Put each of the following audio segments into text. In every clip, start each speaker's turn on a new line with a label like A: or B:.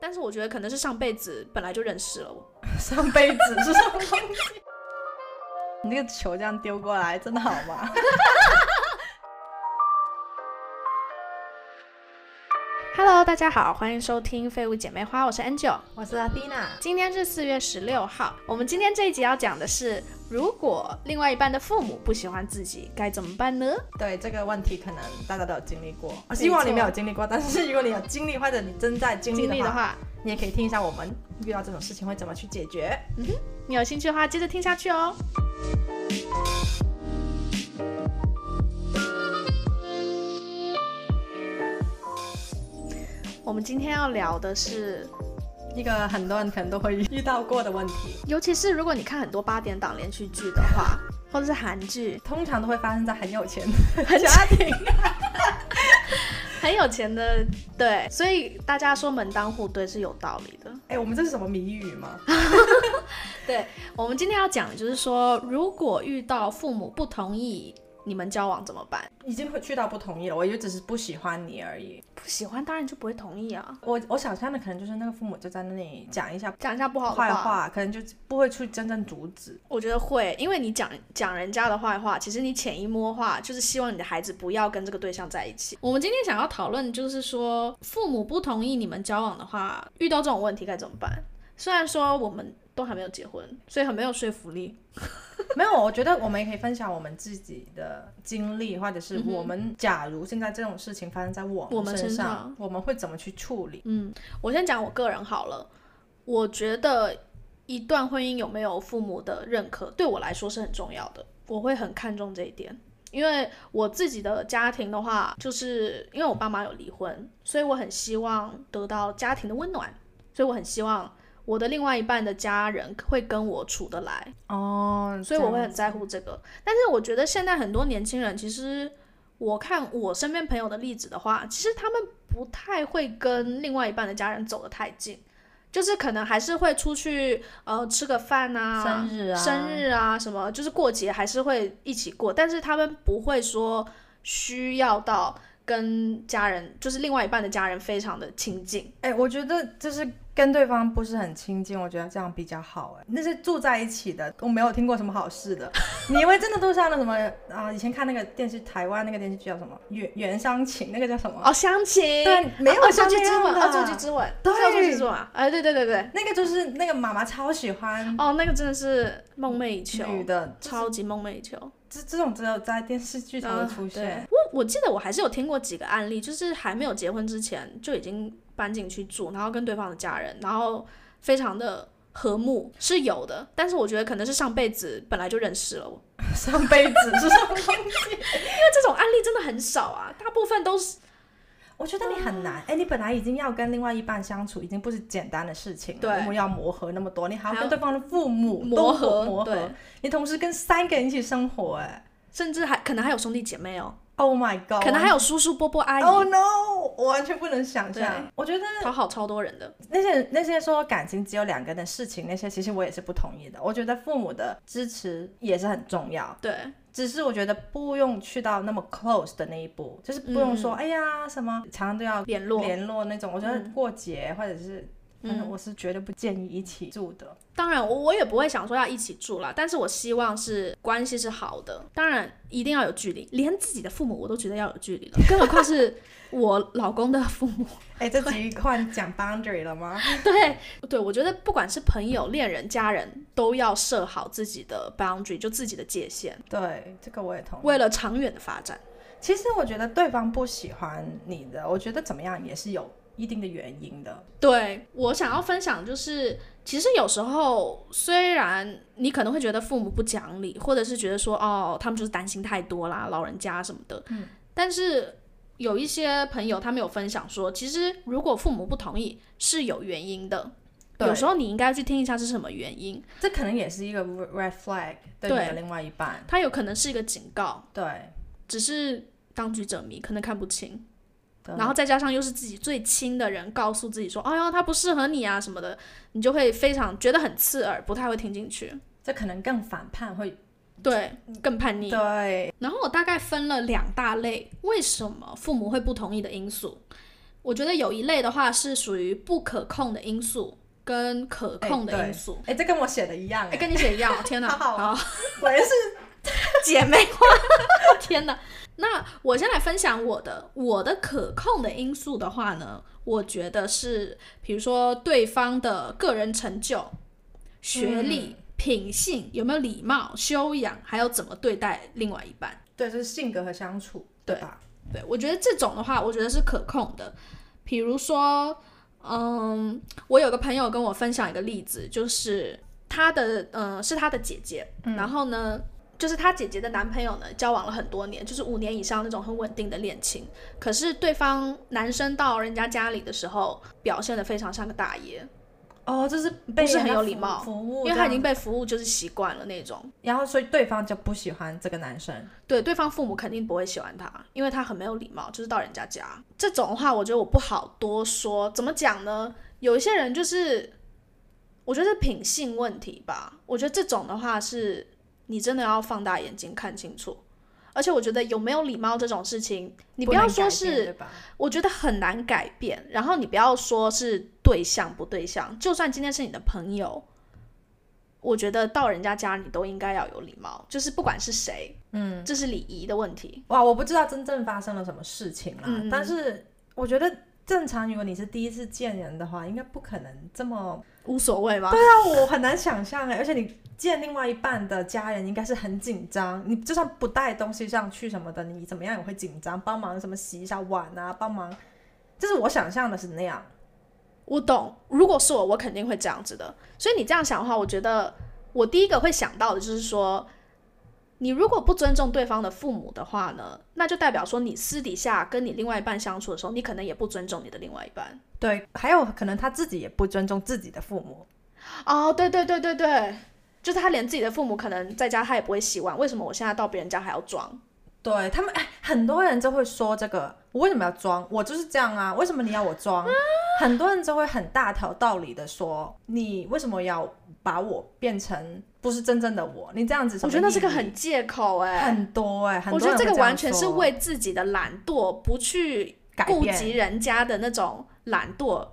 A: 但是我觉得可能是上辈子本来就认识了我。
B: 上辈子是什么东西？ 你那个球这样丢过来，真的好吗？
A: Hello，大家好，欢迎收听《废物姐妹花》，我是 Angel。
B: 我是 Athena，
A: 今天是四月十六号，我们今天这一集要讲的是，如果另外一半的父母不喜欢自己，该怎么办呢？
B: 对这个问题可能大家都有经历过，哦
A: 错
B: 希望你没有经历过，但是如果你有经历或者你正在经历
A: 经
B: 的
A: 历
B: 话，
A: 的话，
B: 你也可以听一下我们遇到这种事情会怎么去解决。
A: 你有兴趣的话，接着听下去哦。我们今天要聊的是，
B: 一个很多人可能都会遇到过的问题，
A: 尤其是如果你看很多八点档连续剧的话，或者是韩剧，
B: 通常都会发生在很有钱的家庭。
A: 很有钱的，对，所以大家说门当户对是有道理的。
B: 哎、我们这是什么谜语吗？
A: 对我们今天要讲的就是说，如果遇到父母不同意你们交往怎么办？
B: 已经会去到不同意了，我也就只是不喜欢你而已。
A: 不喜欢当然就不会同意啊，
B: 我我想象的可能就是那个父母就在那里讲一下
A: 讲一下不好的
B: 坏话，可能就不会去真正阻止。
A: 我觉得会，因为你讲讲人家的坏话，其实你潜移默化就是希望你的孩子不要跟这个对象在一起。我们今天想要讨论就是说，父母不同意你们交往的话，遇到这种问题该怎么办？虽然说我们都还没有结婚，所以很没有说服力。
B: 没有，我觉得我们也可以分享我们自己的经历，或者是
A: 嗯哼
B: 我们假如现在这种事情发生在我
A: 我们
B: 身
A: 身
B: 上
A: 上，
B: 我们会怎么去处理？
A: 嗯，我先讲我个人好了，我觉得一段婚姻有没有父母的认可，对我来说是很重要的，我会很看重这一点。因为我自己的家庭的话，就是因为我爸妈有离婚，所以我很希望得到家庭的温暖，所以我很希望我的另外一半的家人会跟我处得来，
B: 哦，
A: 所以我会很在乎这个。但是我觉得现在很多年轻人，其实我看我身边朋友的例子的话，其实他们不太会跟另外一半的家人走得太近，就是可能还是会出去呃吃个饭啊，
B: 生日啊，
A: 生日啊什么，就是过节还是会一起过，但是他们不会说需要到跟家人，就是另外一半的家人非常的亲近。
B: 哎、我觉得就是跟对方不是很亲近，我觉得这样比较好。哎，那些住在一起的，我没有听过什么好事的。 你以为真的都像那什么啊？以前看那个电视，台湾那个电视剧叫什么《原原伤情》，那个叫什么？
A: 哦，相亲，
B: 对，没有
A: 恶
B: 像
A: 作
B: 那
A: 剧之
B: 样
A: 吻，
B: 的。
A: 恶作剧之吻，
B: 对
A: 是恶作剧之吻啊，哎，对对对对。
B: 那个就是那个妈妈超喜欢
A: 哦，那个真的是梦寐以求，
B: 女的，
A: 超级梦寐以求。
B: 这这种只有在电视剧才会出现。
A: 啊我我记得我还是有听过几个案例，就是还没有结婚之前就已经搬进去住，然后跟对方的家人，然后非常的和睦是有的，但是我觉得可能是上辈子本来就认识了我，
B: 上辈子是什么东西？
A: 因为这种案例真的很少啊，大部分都是
B: 我觉得你 很难。哎、你本来已经要跟另外一半相处，已经不是简单的事情了，
A: 对
B: 我们要磨合那么多，你还要
A: 还要
B: 跟对方的父母
A: 磨
B: 都
A: 合，
B: 磨
A: 对
B: 合，，你同时跟三个人一起生活、哎
A: 甚至还可能还有兄弟姐妹哦，
B: ，Oh my God，
A: 可能还有叔叔伯伯阿姨，
B: Oh no！我完全不能想象
A: 对。
B: 我觉得
A: 讨好超多人的。
B: 那些那些说感情只有两个人的事情，那些其实我也是不同意的。我觉得父母的支持也是很重要，
A: 对，
B: 只是我觉得不用去到那么 close 的那一步，就是不用说、哎呀什么，常常都要
A: 嗯联络
B: 联络那种。我觉得
A: 嗯
B: 过节或者是，反正
A: 嗯
B: 我是绝对不建议一起住 的。
A: 当然，我我也不会想说要一起住啦，但是我希望是关系是好的。当然，一定要有距离，连自己的父母我都觉得要有距离了，更何况是 我老公的父母。
B: 哎、这集换讲 boundary 了吗？
A: 对对，我觉得不管是朋友、恋人、家人，都要设好自己的 boundary，就自己的界限，
B: 对，这个我也同意。
A: 为了长远的发展。
B: 其实我觉得对方不喜欢你的，我觉得怎么样也是有一定的原因的。
A: 对我想要分享就是，其实有时候虽然你可能会觉得父母不讲理，或者是觉得说哦，他们就是担心太多啦，老人家什么的，嗯，但是有一些朋友他们有分享说，其实如果父母不同意是有原因的，
B: 对
A: 有时候你应该去听一下是什么原因，
B: 这可能也是一个 red flag 对你
A: 对
B: 的另外一半。
A: 它有可能是一个警告，
B: 对，
A: 只是当局者迷，可能看不清。
B: 对
A: 然后再加上又是自己最亲的人告诉自己说，哎呀，他不适合你啊什么的，你就会非常觉得很刺耳，不太会听进去，
B: 这可能更反叛会。
A: 对，更叛逆。
B: 嗯对，
A: 然后我大概分了两大类，为什么父母会不同意的因素。我觉得有一类的话是属于不可控的因素跟可控的因素。
B: 哎、这跟我写的一样
A: 哎、
B: 哎、
A: 跟你写一样哦，天哪，
B: 好
A: 好，
B: 我也是
A: 姐妹花，天哪！那我先来分享我的，我的可控的因素的话呢，我觉得是，比如说对方的个人成就、学历、品性、有没有礼貌、修养，还有怎么对待另外一半。
B: 对，就是性格和相处，对吧？
A: 对，我觉得这种的话，我觉得是可控的。比如说，嗯，我有个朋友跟我分享一个例子，就是她的，嗯，是她的姐姐，
B: 嗯
A: 然后呢，就是她姐姐的男朋友呢，交往了很多年，就是五年以上那种很稳定的恋情。可是对方男生到人家家里的时候，表现得非常像个大爷，
B: 哦，就是
A: 不
B: 被
A: 是
B: 人
A: 很
B: 家
A: 有礼
B: 服
A: 貌
B: 服务
A: 因
B: 哦这样，
A: 为他已经被服务就是习惯了那种。
B: 然后所以对方就不喜欢这个男生，
A: 对，对方父母肯定不会喜欢他，因为他很没有礼貌，就是到人家家这种的话，我觉得我不好多说。怎么讲呢？有一些人就是，我觉得是品性问题吧。我觉得这种的话是，你真的要放大眼睛看清楚。而且我觉得有没有礼貌这种事情，你不
B: 能
A: 要说
B: 改变
A: 是
B: 对吧？
A: 我觉得很难改变。然后你不要说是对象不对象，就算今天是你的朋友，我觉得到人家家你都应该要有礼貌，就是不管是谁，嗯，这是礼仪的问题。
B: 哇，我不知道真正发生了什么事情啦，
A: 嗯
B: 但是我觉得正常，如果你是第一次见人的话，应该不可能这么。
A: 无所谓吗？
B: 对啊，我很难想象哎，而且你见另外一半的家人应该是很紧张，你就算不带东西上去什么的，你怎么样也会紧张，帮忙什么洗一下碗啊，帮忙，就是我想象的是那样。
A: 我懂，如果是我，我肯定会这样子的。所以你这样想的话，我觉得我第一个会想到的就是说，你如果不尊重对方的父母的话呢，那就代表说你私底下跟你另外一半相处的时候，你可能也不尊重你的另外一半。
B: 对，还有可能他自己也不尊重自己的父母，
A: 哦，对对对对对，就是他连自己的父母可能在家他也不会洗碗，为什么我现在到别人家还要装？
B: 对他们，哎，很多人就会说这个，我为什么要装？我就是这样啊，为什么你要我装？很多人就会很大条道理的说，你为什么要把我变成不是真正的我？你这样子什
A: 我
B: 么意义，
A: 觉得那是个很借口哎、
B: 很多哎、很
A: 我
B: 多
A: 觉得这
B: 人
A: 个
B: 会样
A: 完全是
B: 说
A: 为自己的懒惰，不去
B: 改
A: 顾
B: 变。
A: 及人家的那种懒惰，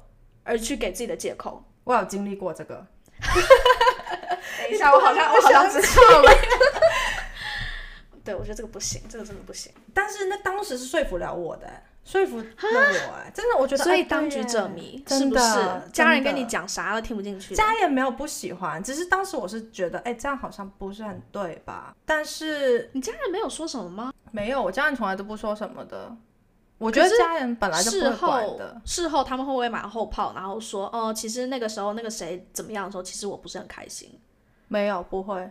A: 而去给自己的借口。
B: 我有经历过这个，
A: 等
B: 一下我 好像 我好像知
A: 道了。对，我觉得这个不行，这个真的不行。
B: 但是那当时是说服了我的、说服了我、哎，真的，我觉得
A: 所
B: 哎
A: 以
B: 对
A: 当局
B: 耶
A: 者迷，
B: 真
A: 是不
B: 的
A: 是？家人
B: 真
A: 跟
B: 的
A: 你讲啥都听不进去。
B: 家人没有不喜欢，只是当时我是觉得，哎，这样好像不是很对吧？但是
A: 你家人没有说什么吗？
B: 没有，我家人从来都不说什么的。我
A: 可
B: 觉得
A: 是
B: 家人本来就不
A: 事
B: 会管
A: 后
B: 的。
A: 事后他们会不会马后炮，然后说哦，其实那个时候那个谁怎么样的时候，其实我不是很开心。
B: 没有，不会。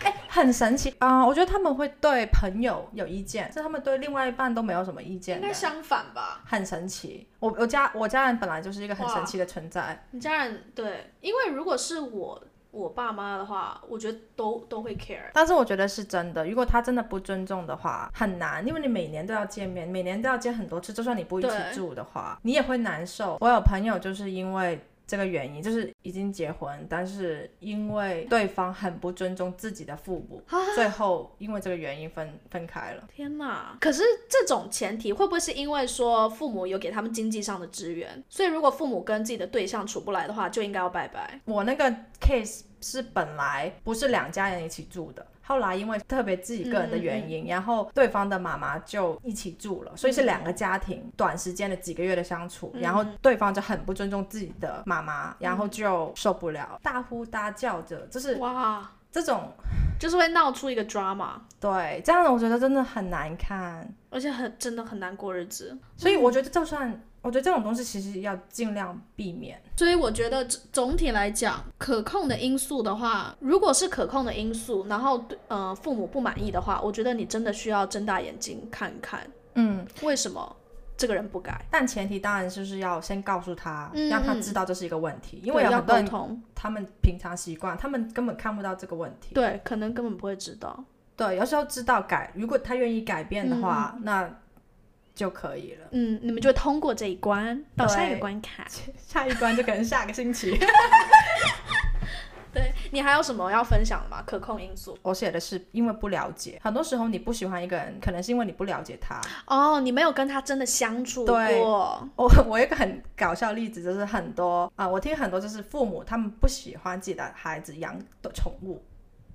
B: 哎、很神奇啊、我觉得他们会对朋友有意见，是他们对另外一半都没有什么意见的，
A: 相反吧？
B: 很神奇。我我家我家人本来就是一个很
A: 哇
B: 神奇的存在，
A: 你家人对，因为如果是我我爸妈的话，我觉得都都会 care。
B: 但是我觉得是真的。如果他真的不尊重的话，很难，因为你每年都要见面，每年都要见很多次，就算你不一起
A: 对
B: 住的话，你也会难受。我有朋友就是因为这个原因，就是已经结婚，但是因为对方很不尊重自己的父母，最后因为这个原因分分开了。
A: 天哪！可是这种前提会不会是因为说父母有给他们经济上的支援，所以如果父母跟自己的对象处不来的话，就应该要拜拜。
B: 我那个 case 是本来不是两家人一起住的，后来因为特别自己个人的
A: 嗯
B: 原因，然后对方的妈妈就一起住了，所以是两个家庭短时间的几个月的相处，
A: 嗯
B: 然后对方就很不尊重自己的妈妈，然后就受
A: 嗯
B: 不了，大呼大叫着，就是
A: 哇，
B: 这种
A: 就是会闹出一个 drama，
B: 对这样的，我觉得真的很难看，
A: 而且很真的很难过日子。
B: 所以我觉得就算。我觉得这种东西其实要尽量避免。
A: 所以我觉得总总体来讲，可控的因素的话，如果是可控的因素，然后对呃父母不满意的话，我觉得你真的需要睁大眼睛看看
B: 嗯，
A: 为什么这个人不改，
B: 但前提当然就是要先告诉他，
A: 嗯
B: 让他
A: 嗯
B: 知道这是一个问题，因
A: 对
B: 为有
A: 要
B: 很多
A: 沟
B: 人
A: 通，
B: 他们平常习惯，他们根本看不到这个问题。
A: 对，可能根本不会知道。
B: 对，有时候知道改，如果他愿意改变的话，那就可以 了。
A: 嗯，你们就通过这一关，到下一个
B: 对
A: 关卡。
B: 下一关就可能下个星期。
A: 对，你还有什么要分享的吗？可控因素？
B: 我写的是因为不了解，很多时候你不喜欢一个人，可能是因为你不了解他。
A: 哦，你没有跟他真的相处
B: 对
A: 过，
B: 我哦 我有一个很搞笑的例子，就是很多啊、我听很多就是父母他们不喜欢自己的孩子养的宠物，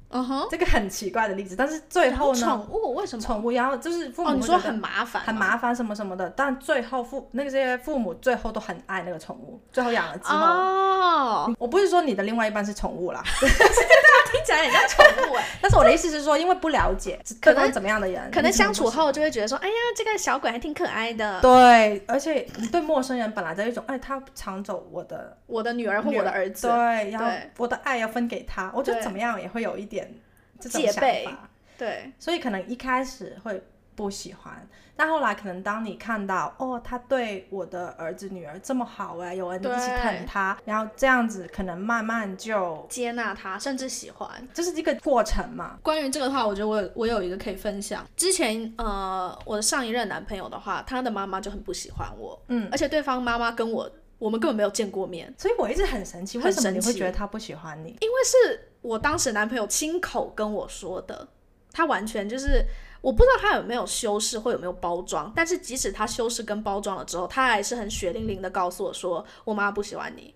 A: 嗯哼，
B: 这个很奇怪的例子。但是最后呢，
A: 宠物为什么？
B: 宠物然后哦就是父母
A: 哦，
B: 会
A: 你
B: 觉
A: 说
B: 得
A: 很麻烦，
B: 很。麻烦什么什么的，但最后父那些父母最后都很爱那个宠物，最后养了之后，
A: 哦，
B: 我不是说你的另外一半是宠物啦，
A: 听起来很像宠物哎、
B: 但是我的意思是说，因为不了解
A: 可
B: 对
A: 能
B: 方怎么样的人，
A: 可能
B: 你怎
A: 相
B: 么
A: 处后就会觉得说，哎呀，这个小鬼还挺可爱的，
B: 对，而且你对陌生人本来就有一种，哎，他抢走我的
A: 我的女儿或
B: 女
A: 我的儿子，
B: 对，
A: 对
B: 然后我的爱要分给他，我觉得
A: 对
B: 怎么样也会有一点这种
A: 戒
B: 想
A: 备
B: 法，
A: 对，
B: 所以可能一开始会不喜欢，但后来可能当你看到哦，他对我的儿子女儿这么好哎，有人一起
A: 对
B: 疼他，然后这样子可能慢慢就
A: 接纳他，甚至喜欢。
B: 就是一个过程嘛，
A: 关于这个的话，我觉得我有我有一个可以分享。之前呃，我的上一任男朋友的话，他的妈妈就很不喜欢我，
B: 嗯，
A: 而且对方妈妈跟我，我们根本没有见过面，
B: 所以我一直很神奇，
A: 很
B: 为什么
A: 神
B: 你会
A: 奇
B: 觉得他不喜欢你？
A: 因为是我当时男朋友亲口跟我说的，他完全就是我不知道他有没有修饰或有没有包装，但是即使他修饰跟包装了之后，他还是很血淋淋的告诉我说我妈不喜欢你，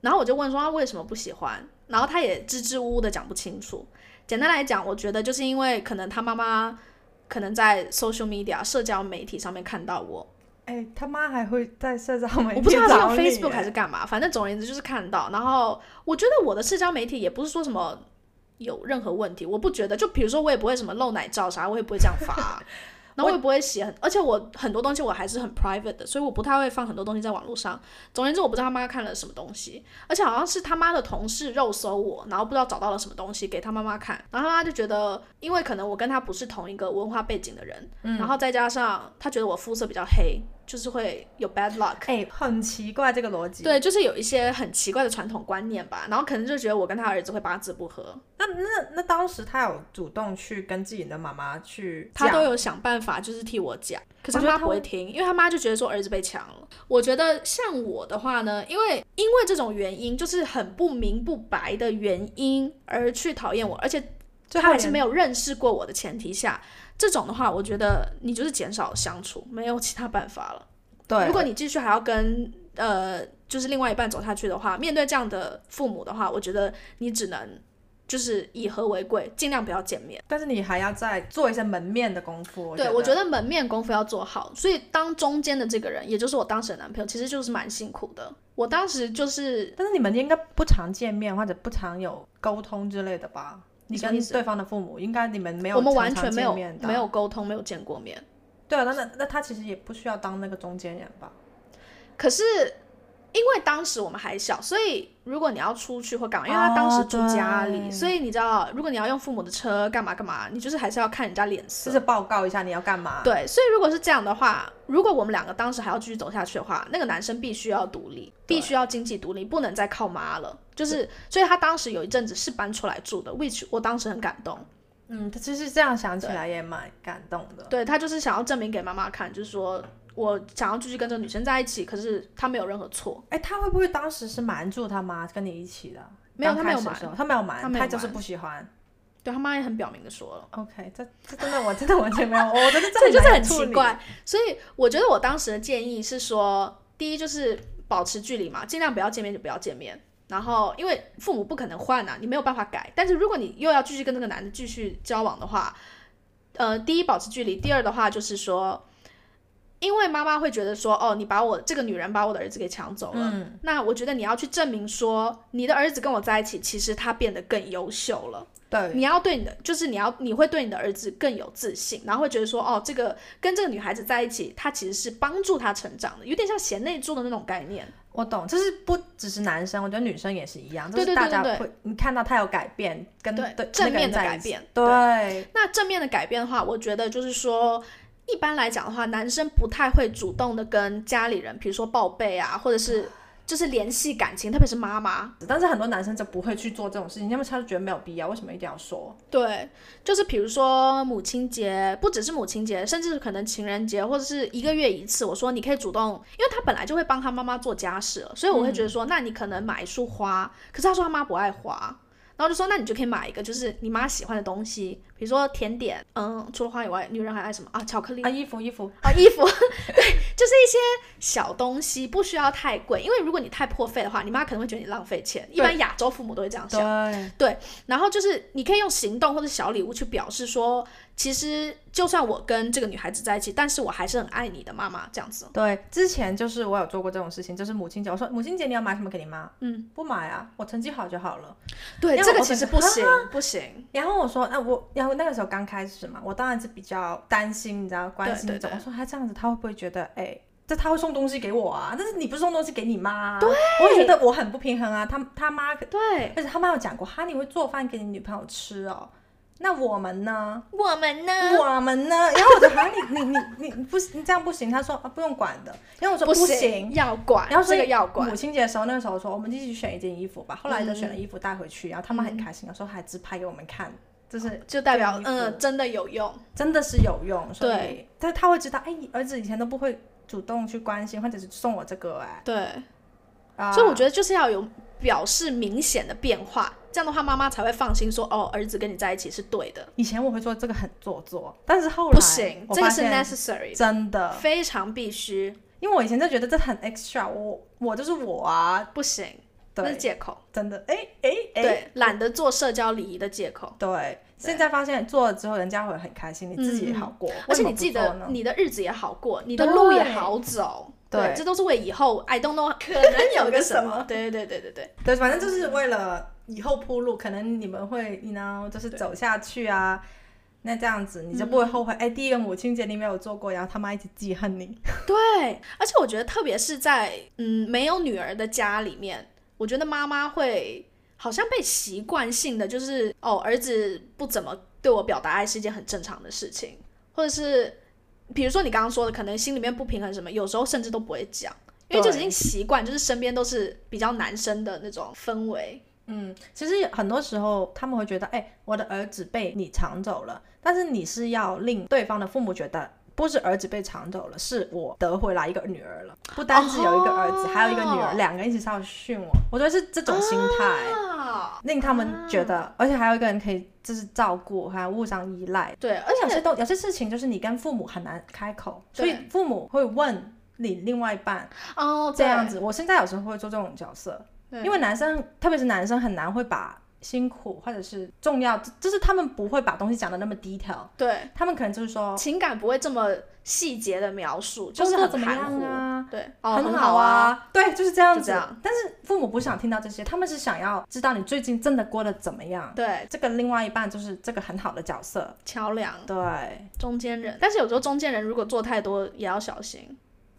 A: 然后我就问说他为什么不喜欢，然后他也支支吾吾的讲不清楚。简单来讲，我觉得就是因为可能他妈妈可能在 social media 社交媒体上面看到我，
B: 哎，他妈还会在社交媒 体
A: 我不知道他
B: 找
A: 是用
B: 你
A: Facebook 还是干嘛，反正总而言之就是看到。然后我觉得我的社交媒体也不是说什么有任何问题，我不觉得。就比如说我也不会什么露奶照啥，我也不会这样发啊、然后我也不会写很，而且我很多东西我还是很 private 的，所以我不太会放很多东西在网络上。总而言之，我不知道他妈看了什么东西，而且好像是他妈的同事肉搜我，然后不知道找到了什么东西给他妈妈看，然后他妈就觉得，因为可能我跟他不是同一个文化背景的人，然后再加上他觉得我肤色比较黑，就是会有 bad luck。
B: 哎，很奇怪这个逻辑。，
A: 对，就是有一些很奇怪的传统观念吧，然后可能就觉得我跟他儿子会八字不合，
B: 那那那当时他有主动去跟自己的妈妈去
A: 他
B: 讲
A: 都有想办法就是替我讲，可是
B: 我
A: 他
B: 觉得
A: 妈
B: 他
A: 不会
B: 会
A: 听，因为他妈就觉得说儿子被抢了。我觉得像我的话呢，因为因为这种原因，就是很不明不白的原因而去讨厌我，而且
B: 最
A: 他
B: 后
A: 还是
B: 连
A: 没有认识过我的前提下，这种的话，我觉得你就是减少相处，没有其他办法了。
B: 对，
A: 如果你继续还要跟呃，就是另外一半走下去的话，面对这样的父母的话，我觉得你只能就是以和为贵，尽量不要见面。
B: 但是你还要再做一些门面的功夫。
A: 对，我
B: 我
A: 觉
B: 觉得
A: 得门面功夫要做好。所以当中间的这个人，也就是我当时的男朋友，其实就是蛮辛苦的。我当时就是
B: 但是你们应该不常见面或者不常有沟通之类的吧？
A: 你
B: 你
A: 什么
B: 跟
A: 意思
B: 对方的父母应该你们没有，
A: 我们完全没有
B: 面的，
A: 没。有沟通，没有见过面。
B: 对啊，那那那他其实也不需要当那个中间人吧？
A: 可是因为当时我们还小，所以如果你要出去或干嘛，因为他当时住家里，
B: 哦对
A: 所以你知道，如果你要用父母的车干嘛干嘛，你就是还是要看人家脸色
B: 就。是报告一下你要干嘛。
A: 对，所以如果是这样的话，如果我们两个当时还要继续走下去的话，那个男生必须要独立，必
B: 对
A: 须要经济独立，不能再靠妈了。就是，所以他当时有一阵子是搬出来住的，which 我当时很感动。
B: 嗯，他其实这样想起来也蛮感动的。
A: 对他就是想要证明给妈妈看，就是说我想要继续跟这个女生在一起，可是他没有任何错。
B: 哎，他会不会当时是瞒住他妈跟你一起的？
A: 没有
B: 刚
A: 他没有
B: 开始的时候，他没有瞒，
A: 他没有
B: 就是
A: 瞒
B: 不喜欢。
A: 对他妈也很表明的说了。
B: OK，这这真的我真的完全没有，我真的
A: 这就是
B: 难
A: 很
B: 处
A: 奇
B: 理。
A: 怪。所以我觉得我当时的建议是说，第一就是保持距离嘛，尽量不要见面就不要见面。然后，因为父母不可能换啊，你没有办法改。但是如果你又要继续跟这个男的继续交往的话，呃，第一保持距离，第二的话就是说，因为妈妈会觉得说，哦，你把我这个女人把我的儿子给抢走了，
B: 嗯
A: 那我觉得你要去证明说，你的儿子跟我在一起，其实他变得更优秀了。
B: 对，
A: 你要对你的，就是你要，你会对你的儿子更有自信，然后会觉得说，哦，这个跟这个女孩子在一起，她其实是帮助她成长的，有点像贤内助的那种概念。
B: 我懂，就是不只是男生，我觉得女生也是一样，就
A: 对对
B: 是大家
A: 对对
B: 会你看到他有改变，跟
A: 对
B: 嗯对
A: 正面的
B: 那个人在
A: 改
B: 一起
A: 变
B: 对，
A: 那正面的改变的话，我觉得就是说，一般来讲的话，男生不太会主动的跟家里人，比如说报备啊，或者是就是联系感情，特别是妈妈。
B: 但是很多男生就不会去做这种事情，要么他就觉得没有必要，为什么一定要说？
A: 对，就是比如说母亲节，不只是母亲节，甚至可能情人节或者是一个月一次。我说你可以主动，因为他本来就会帮他妈妈做家事了，所以我会觉得说，那你可能买一束花，可是他说他妈不爱花，然后就说那你就可以买一个就是你妈喜欢的东西，比如说甜点，嗯，除了花以外，女人还爱什么啊？巧克力
B: 啊，衣服衣服，
A: 啊，衣服，对， 就是一些小东西，不需要太贵，因为如果你太破费的话，你妈可能会觉得你浪费钱。一般亚洲父母都会这样想。
B: 对，
A: 然后就是你可以用行动或者小礼物去表示说，其实就算我跟这个女孩子在一起，但是我还是很爱你的妈妈这样子。
B: 对，之前就是我有做过这种事情，就是母亲节，我说母亲节你要买什么给你妈？
A: 嗯，
B: 不买啊，我成绩好就好了。
A: 对，
B: 要
A: 这个
B: 我
A: 其实
B: 整
A: 不行，不行。
B: 然后我说，那、我，然后那个时候刚开始嘛，我当然是比较担心，你知道，关心
A: 对
B: 那
A: 对
B: 种。
A: 对
B: 我说他啊这样子，他会不会觉得，哎，这他会送东西给我啊？但是你不是送东西给你妈、啊，对，我会觉得我很不平衡啊。他他妈，
A: 对，
B: 而且他妈有讲过，哈，你会做饭给你女朋友吃哦。那我们呢？
A: 我们呢？
B: 我们呢？然后我就喊你你你你不行，你这样不行。他说啊，不用管的。然后我说
A: 不
B: 行。
A: 要管，
B: 然后所
A: 这
B: 以
A: 个要管
B: 母。亲节的时候，那个时候我说我们一起选一件衣服吧。后来就选了衣服
A: 嗯
B: 带回去，然后他们很开心，有时候还自拍给我们看，就是
A: 就代表
B: 对衣服
A: 嗯，真的有用，
B: 真的是有用，所以
A: 对
B: 但他会知道，哎，你儿子以前都不会主动去关心，或者是送我这个、哎、
A: 对，
B: 啊，
A: 所以我觉得就是要有表示明显的变化，这样的话妈妈才会放心说，哦，儿子跟你在一起是对的，
B: 以前我会做这个很做作，但是后来
A: 不行，
B: 我
A: 这个
B: 发
A: 是
B: 现
A: necessary，
B: 真的，
A: 非常必须，
B: 因为我以前就觉得这很 extra，我我就是我啊，
A: 不行，那是
B: 对，
A: 借口，
B: 真的，哎哎哎，
A: 对，懒得做社交礼仪的借口。
B: 对现在发现做了之后，人家会很开心，你自己也好过，
A: 嗯而且
B: 为什么
A: 你
B: 不
A: 记
B: 做
A: 得
B: 呢，
A: 你的日子也好过，你的路也好走，
B: 对
A: 这都是为以后 I don't know 可
B: 能有
A: 有
B: 个什
A: 什
B: 么
A: 对对对对对对，
B: 对，反正就是为了以后铺路，可能你们会，你呢，就是走下去啊。那这样子你就不会后悔。哎、第一个母亲节你没有做过，然后他妈一直记恨你。
A: 对，而且我觉得特别是在嗯没有女儿的家里面，我觉得妈妈会好像被习惯性的就是哦，儿子不怎么对我表达爱是一件很正常的事情，或者是比如说你刚刚说的，可能心里面不平衡什么，有时候甚至都不会讲。因为就已
B: 对
A: 经习惯，就是身边都是比较男生的那种氛围，
B: 嗯，其实很多时候他们会觉得，哎、我的儿子被你抢走了，但是你是要令对方的父母觉得。不是儿子被抢走了，是我得回来一个女儿了。不单只有一个儿子还有一个女儿，
A: 哦
B: 两个一起上去训我。我觉得是这种心态、
A: 啊，
B: 令他们觉得，而且还有一个人可以就是照顾，还有互相依赖。
A: 对，而
B: 有些
A: 且
B: 东有些事情就是你跟父母很难开口，所
A: 对
B: 以父母会问你另外一半
A: 哦
B: 这样
A: 子，
B: 子。我现在有时候会做这种角色，
A: 对
B: 因为男生特别是男生很难会把辛苦或者是重要，就是他们不会把东西讲的那么 detail，
A: 对
B: 他们可能就是说
A: 情感不会这么细节的描述，就
B: 工
A: 是
B: 作
A: 很
B: 怎么
A: 含
B: 样
A: 糊，
B: 啊。
A: 对，哦，
B: 很
A: 好
B: 好，啊，对，就是这样
A: 就
B: 子
A: 这样。
B: 但是父母不想听到这些，他们是想要知道你最近真的过得怎么样。
A: 对，
B: 这个另外一半就是这个很好的角色，
A: 桥梁、
B: 对。啊，
A: 中间人，但是有时候中间人如果做太多也要小心。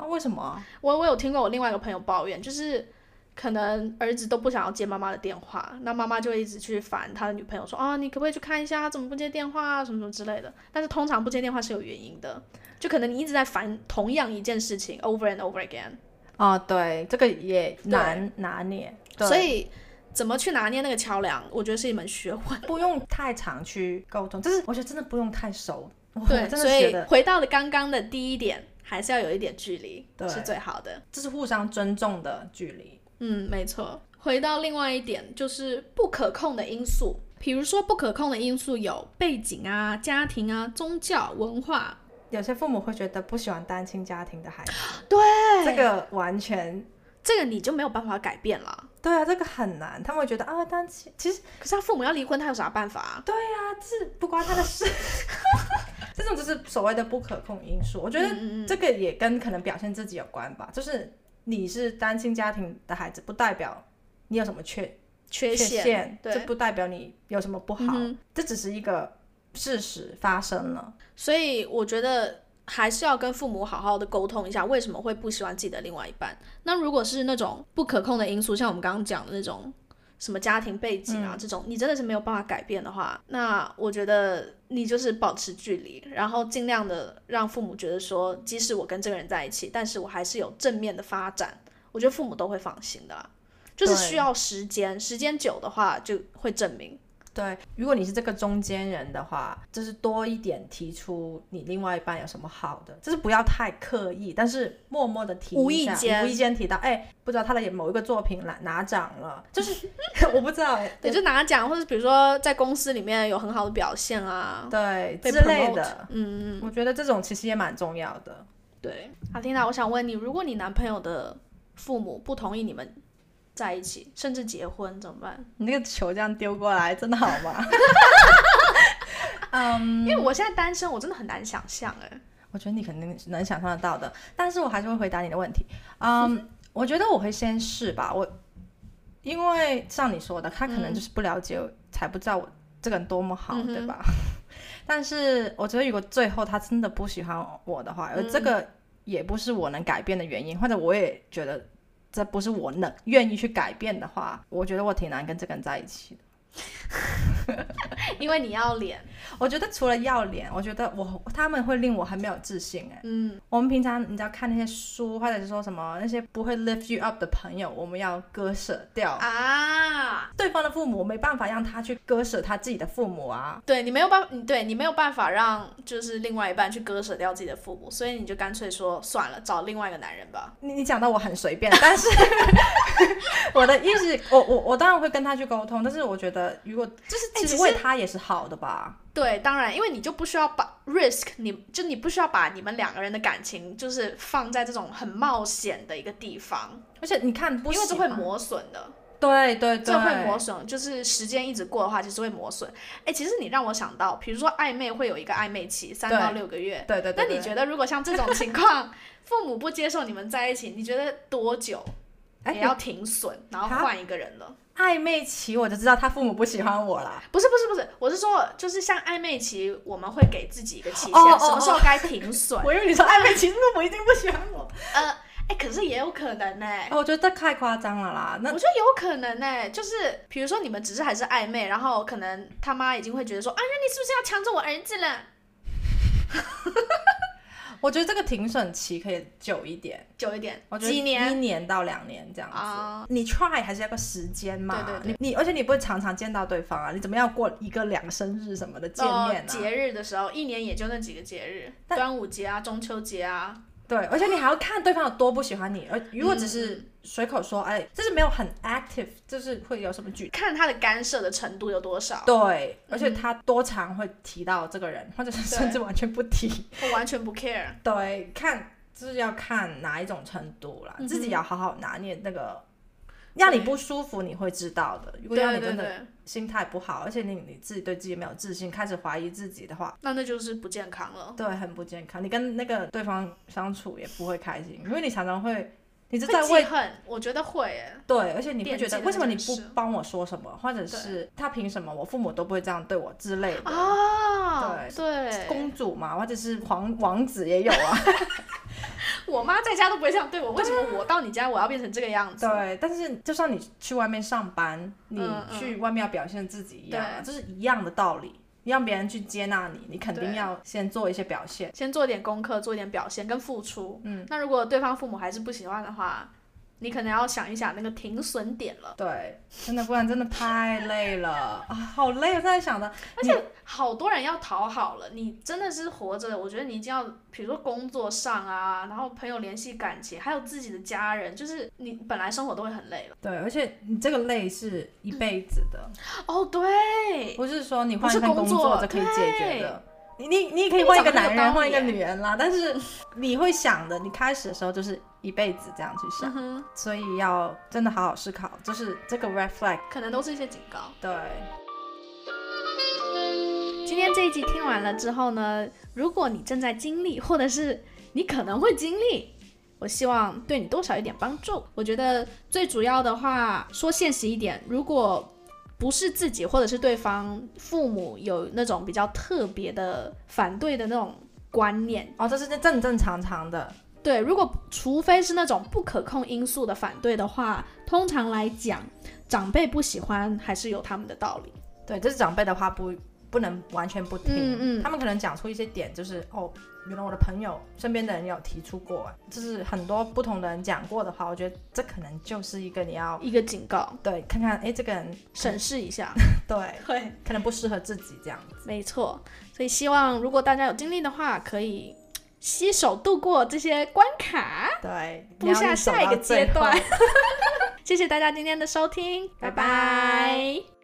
B: 为什么？
A: 我我有听过我另外一个朋友抱怨，就是可能儿子都不想要接妈妈的电话，那妈妈就会一直去烦他的女朋友说啊，你可不可以去看一下，他怎么不接电话啊，什么什么之类的。但是通常不接电话是有原因的，就可能你一直在烦同样一件事情 over and over again，
B: 哦，对，这个也难拿捏，对
A: 所以怎么去拿捏那个桥梁，我觉得是一门学问。
B: 不用太常去沟通，就是我觉得真的不用太熟， 我
A: 对，
B: 真的
A: 所
B: 觉
A: 以
B: 得
A: 回到了刚刚的第一点，还是要有一点距离
B: 对
A: 是最好的。
B: 这是互相尊重的距离。
A: 嗯，没错。回到另外一点，就是不可控的因素，比如说不可控的因素有背景啊、家庭啊、宗教、文化。
B: 有些父母会觉得不喜欢单亲家庭的孩子，
A: 对
B: 这个完全
A: 这个你就没有办法改变了。
B: 对啊，这个很难，他们会觉得啊，单亲其实
A: 可是他父母要离婚，他有啥办法啊？
B: 啊，这是不关他的事。 这种就是所谓的不可控因素，我觉得
A: 嗯嗯嗯
B: 这个也跟可能表现自己有关吧。就是你是单亲家庭的孩子，不代表你有什么缺
A: 缺
B: 陷，这
A: 对，
B: 不代表你有什么不好，
A: 嗯
B: 这只是一个事实发生了。
A: 所以我觉得还是要跟父母好好的沟通一下，为什么会不喜欢自己的另外一半。那如果是那种不可控的因素，像我们刚刚讲的那种什么家庭背景啊、这种，你真的是没有办法改变的话，那我觉得你就是保持距离，然后尽量的让父母觉得说，即使我跟这个人在一起，但是我还是有正面的发展，我觉得父母都会放心的啦。就是
B: 对
A: 需要时间，时间久的话就会证明。
B: 对，如果你是这个中间人的话，就是多一点提出你另外一半有什么好的，就是不要太刻意，但是默默的提一下，
A: 无意间
B: 无意间提到，哎，不知道他的某一个作品拿拿奖了，就是 我不知道，哎
A: 对，就拿奖，或者比如说在公司里面有很好的表现啊，
B: 对
A: 被
B: 之类的，
A: 嗯，
B: 我觉得这种其实也蛮重要的。
A: 对。阿听娜，我想问你，如果你男朋友的父母不同意你们在一起，甚至结婚怎么办？
B: 你那个球这样丢过来，真的好吗？嗯，
A: 因为我现在单身，我真的很难想象 哎。
B: 我觉得你肯定是能想象得到的，但是我还是会回答你的问题。 嗯，我觉得我会先试吧，我因为像你说的，他可能就是不了解，才不知道我这个人多么好，
A: 嗯嗯哼
B: 对吧？ 但是我觉得，如果最后他真的不喜欢我的话，而
A: 嗯
B: 这个也不是我能改变的原因，或者我也觉得这不是我能愿意去改变的话，我觉得我挺难跟这个人在一起的。
A: 因为你要脸，
B: 我觉得除了要脸，我觉得我他们会令我很没有自信哎、
A: 嗯，
B: 我们平常你知道看那些书，或者是说什么那些不会 lift you up 的朋友，我们要割舍掉、
A: 啊，
B: 对方的父母，没办法让他去割舍他自己的父母啊。
A: 对你没有办法，你对你没有办法让就是另外一半去割舍掉自己的父母，所以你就干脆说算了，找另外一个男人吧。
B: 你你讲到我很随便，但是 我的意思，我我我当然会跟他去沟通，但是我觉得如果就是
A: 哎
B: 其
A: 其
B: 实
A: 实
B: 为他也是好的吧。
A: 对，当然，因为你就不需要把 risk，你就你不需要把你们两个人的感情就是放在这种很冒险的一个地方，
B: 而且你看不
A: 因
B: 喜
A: 为
B: 欢，
A: 这会磨损的，
B: 对对对，
A: 这会磨损，就是时间一直过的话，其实会磨损。哎，其实你让我想到，比如说暧昧会有一个暧昧期，三
B: 对
A: 到六个月。
B: 对对对
A: 那
B: 对。
A: 你觉得如果像这种情况， 父母不接受你们在一起，你觉得多久
B: 哎
A: 也要停损，然后
B: 哈
A: 换一个人了？
B: 暧昧期我就知道他父母不喜欢我啦。
A: 不是不是不是，我是说，就是像暧昧期，我们会给自己一个期限，
B: 哦哦
A: 什么时候该停 损？
B: 我以为你说暧昧期，父母一定不喜欢我。
A: 呃，哎，可是也有可能呢、
B: 哎，我觉得太夸张了啦。那
A: 我觉得有可能呢、就是比如说你们只是还是暧昧，然后可能他妈已经会觉得说，哎呀，你是不是要抢走我儿子了？
B: 我觉得这个停损期可以久一点，
A: 久一点
B: 我，觉得
A: 几年
B: 一年到两年这样子。
A: 啊？
B: 你 try 还是要个时间嘛？
A: 对对对
B: 你你而且你不会常常见到对方啊，你怎么样过一个两生日什么的见
A: 到
B: 面啊？
A: 节日的时候，一年也就那几个节日，
B: 但
A: 端午节啊，中秋节啊，
B: 对，而且你还要看对方有多不喜欢你，而
A: 嗯
B: 如果只是随口说，哎，就是没有很 active，就是会有什么举。
A: 看他的干涉的程度有多少，
B: 对，而且他多常会提到这个人，或者是甚至完全不提。
A: 我完全不 care。
B: 对，看就是要看哪一种程度啦，
A: 嗯哼
B: 自己要好好拿捏那个，让你不舒服你会知道的。如果
A: 对
B: 让你
A: 对
B: 真的
A: 对，
B: 心态不好，而且你你自己对自己没有自信，开始怀疑自己的话，
A: 那那就是不健康了。
B: 对，很不健康。你跟那个对方相处也不会开心，因为你常常会，你就
A: 会
B: 在
A: 记
B: 为。
A: 恨，我觉得会耶。
B: 对，而且你会
A: 惦
B: 觉
A: 记
B: 得
A: 的
B: 为什么
A: 那
B: 你
A: 件
B: 不
A: 事
B: 帮我说什么，或者是他凭什么，我父母都不会这样对我之类的。
A: 哦，
B: 对
A: 对，
B: 公主嘛，或者是皇王子也有啊。
A: 我妈在家都不会这样对我，为什么我到你家我要变成这个样子？
B: 对，但是就像你去外面上班，你
A: 嗯嗯
B: 去外面要表现自己一样啊，这是一样的道理。你让别人去接纳你，你肯定
A: 对
B: 要先做一些表现。
A: 先做点功课，做一点表现跟付出。
B: 嗯，
A: 那如果对方父母还是不喜欢的话，你可能要想一想那个停损点了。
B: 对，真的，不然真的太累了啊，好累！我现在想的，
A: 好多人要讨好了，你真的是活着，我觉得你一定要，比如说工作上啊，然后朋友联系感情，还有自己的家人，就是你本来生活都会很累了。
B: 对，而且你这个累是一辈子的，
A: 哦，对，
B: 不是说你
A: 不
B: 换
A: 是
B: 一份
A: 工
B: 工
A: 作
B: 就可以解决的。你你你也可
A: 你
B: 以换一
A: 讲
B: 个
A: 得很有
B: 男人，
A: 道
B: 换一个
A: 理耶
B: 女人啦，但是你会想的，你开始的时候就是一辈子这样去想，
A: 嗯哼，
B: 所以要真的好好思考，就是这个 red flag
A: 可能都是一些警告。
B: 对，
A: 今天这一集听完了之后呢，如果你正在经历，或者是你可能会经历，我希望对你多少有点帮助。我觉得最主要的话，说现实一点，如果不是自己或者是对方父母有那种比较特别的反对的那种观念，
B: 哦，这是正正常常的，
A: 对，如果除非是那种不可控因素的反对的话，通常来讲，长辈不喜欢还是有他们的道理。
B: 对，这是长辈的话不不能完全不听，
A: 嗯嗯
B: 他们可能讲出一些点，就是哦，原来我的朋友身边的人也有提出过、啊，就是很多不同的人讲过的话，我觉得这可能就是一个你要
A: 一个警告，
B: 对看看，哎，这个人
A: 审视一 下。
B: 对
A: 对，
B: 可能不适合自己这样。
A: 没错。所以希望如果大家有经历的话，可以携手度过这些关卡，
B: 对，
A: 步下下一个阶
B: 你要走到最后
A: 段。谢谢大家今天的收听，拜
B: 拜
A: 拜
B: 拜